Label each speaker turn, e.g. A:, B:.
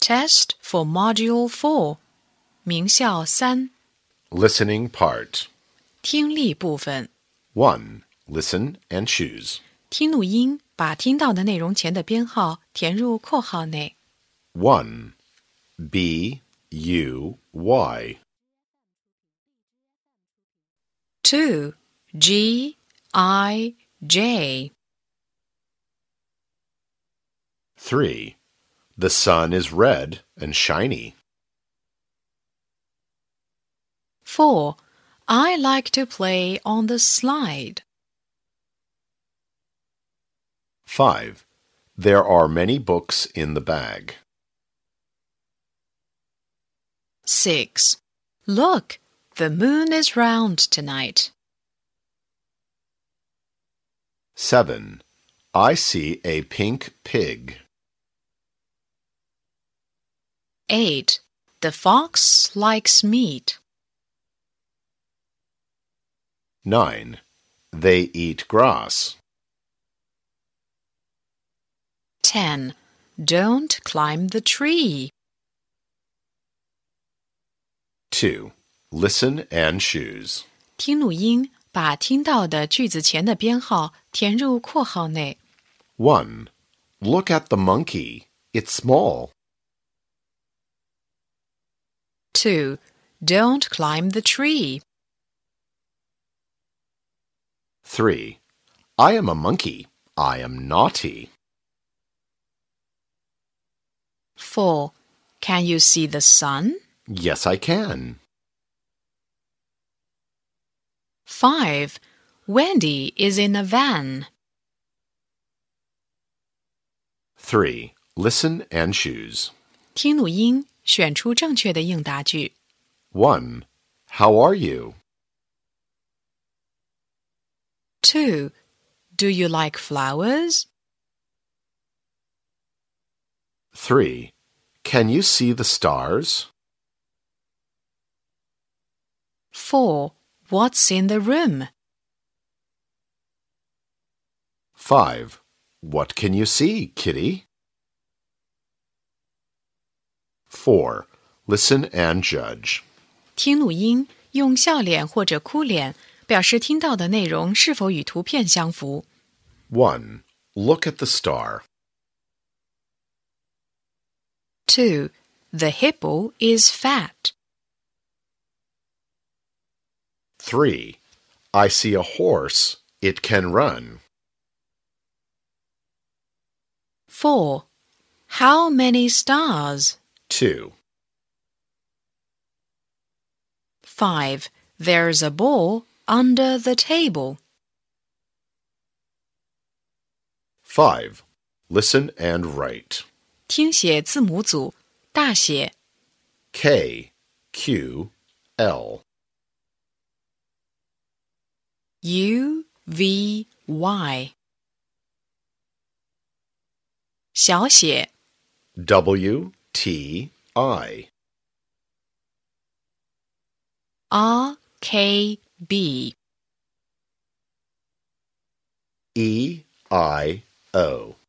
A: Test for Module 4, 名校三
B: Listening part
A: 听力部分。
B: 1. Listen and choose.
A: 听录音，把听到的内容前的编号填入括号内。
B: 1. B U Y.
A: 2. G I J.
B: 3. The sun is red and shiny.
A: 4. I like to play on the slide.
B: 5. There are many books in the bag.
A: 6. Look, the moon is round tonight.
B: 7. I see a pink pig.
A: 8. The fox likes meat.
B: 9. They eat grass.
A: 10. Don't climb the tree.
B: 2. Listen and choose.
A: 听录音，把听到的句子前的编号填入括号内。
B: 1. Look at the monkey. It's small.
A: 2. Don't climb the tree.
B: 3. I am a monkey. I am naughty.
A: 4. Can you see the sun?
B: Yes, I can.
A: 5. Wendy is in a van.
B: 3. Listen and choose.
A: 听录音，选出正确的应答句。
B: 1. How are you?
A: 2. Do you like flowers?
B: 3. Can you see the stars?
A: 4. What's in the room?
B: 5. What can you see, kitty? 4. Listen and judge.
A: 听录音，用笑脸或者哭脸表示听到的内容是否与图片相符。
B: 1. Look at the star.
A: 2. The hippo is fat.
B: 3. I see a horse. It can run.
A: 4. How many stars?
B: 2.
A: 5. There's a ball under the table.
B: 5. Listen and write.
A: 听写字母组，大写
B: K Q L
A: U V Y，小写
B: W T I
A: R K B，
B: E I O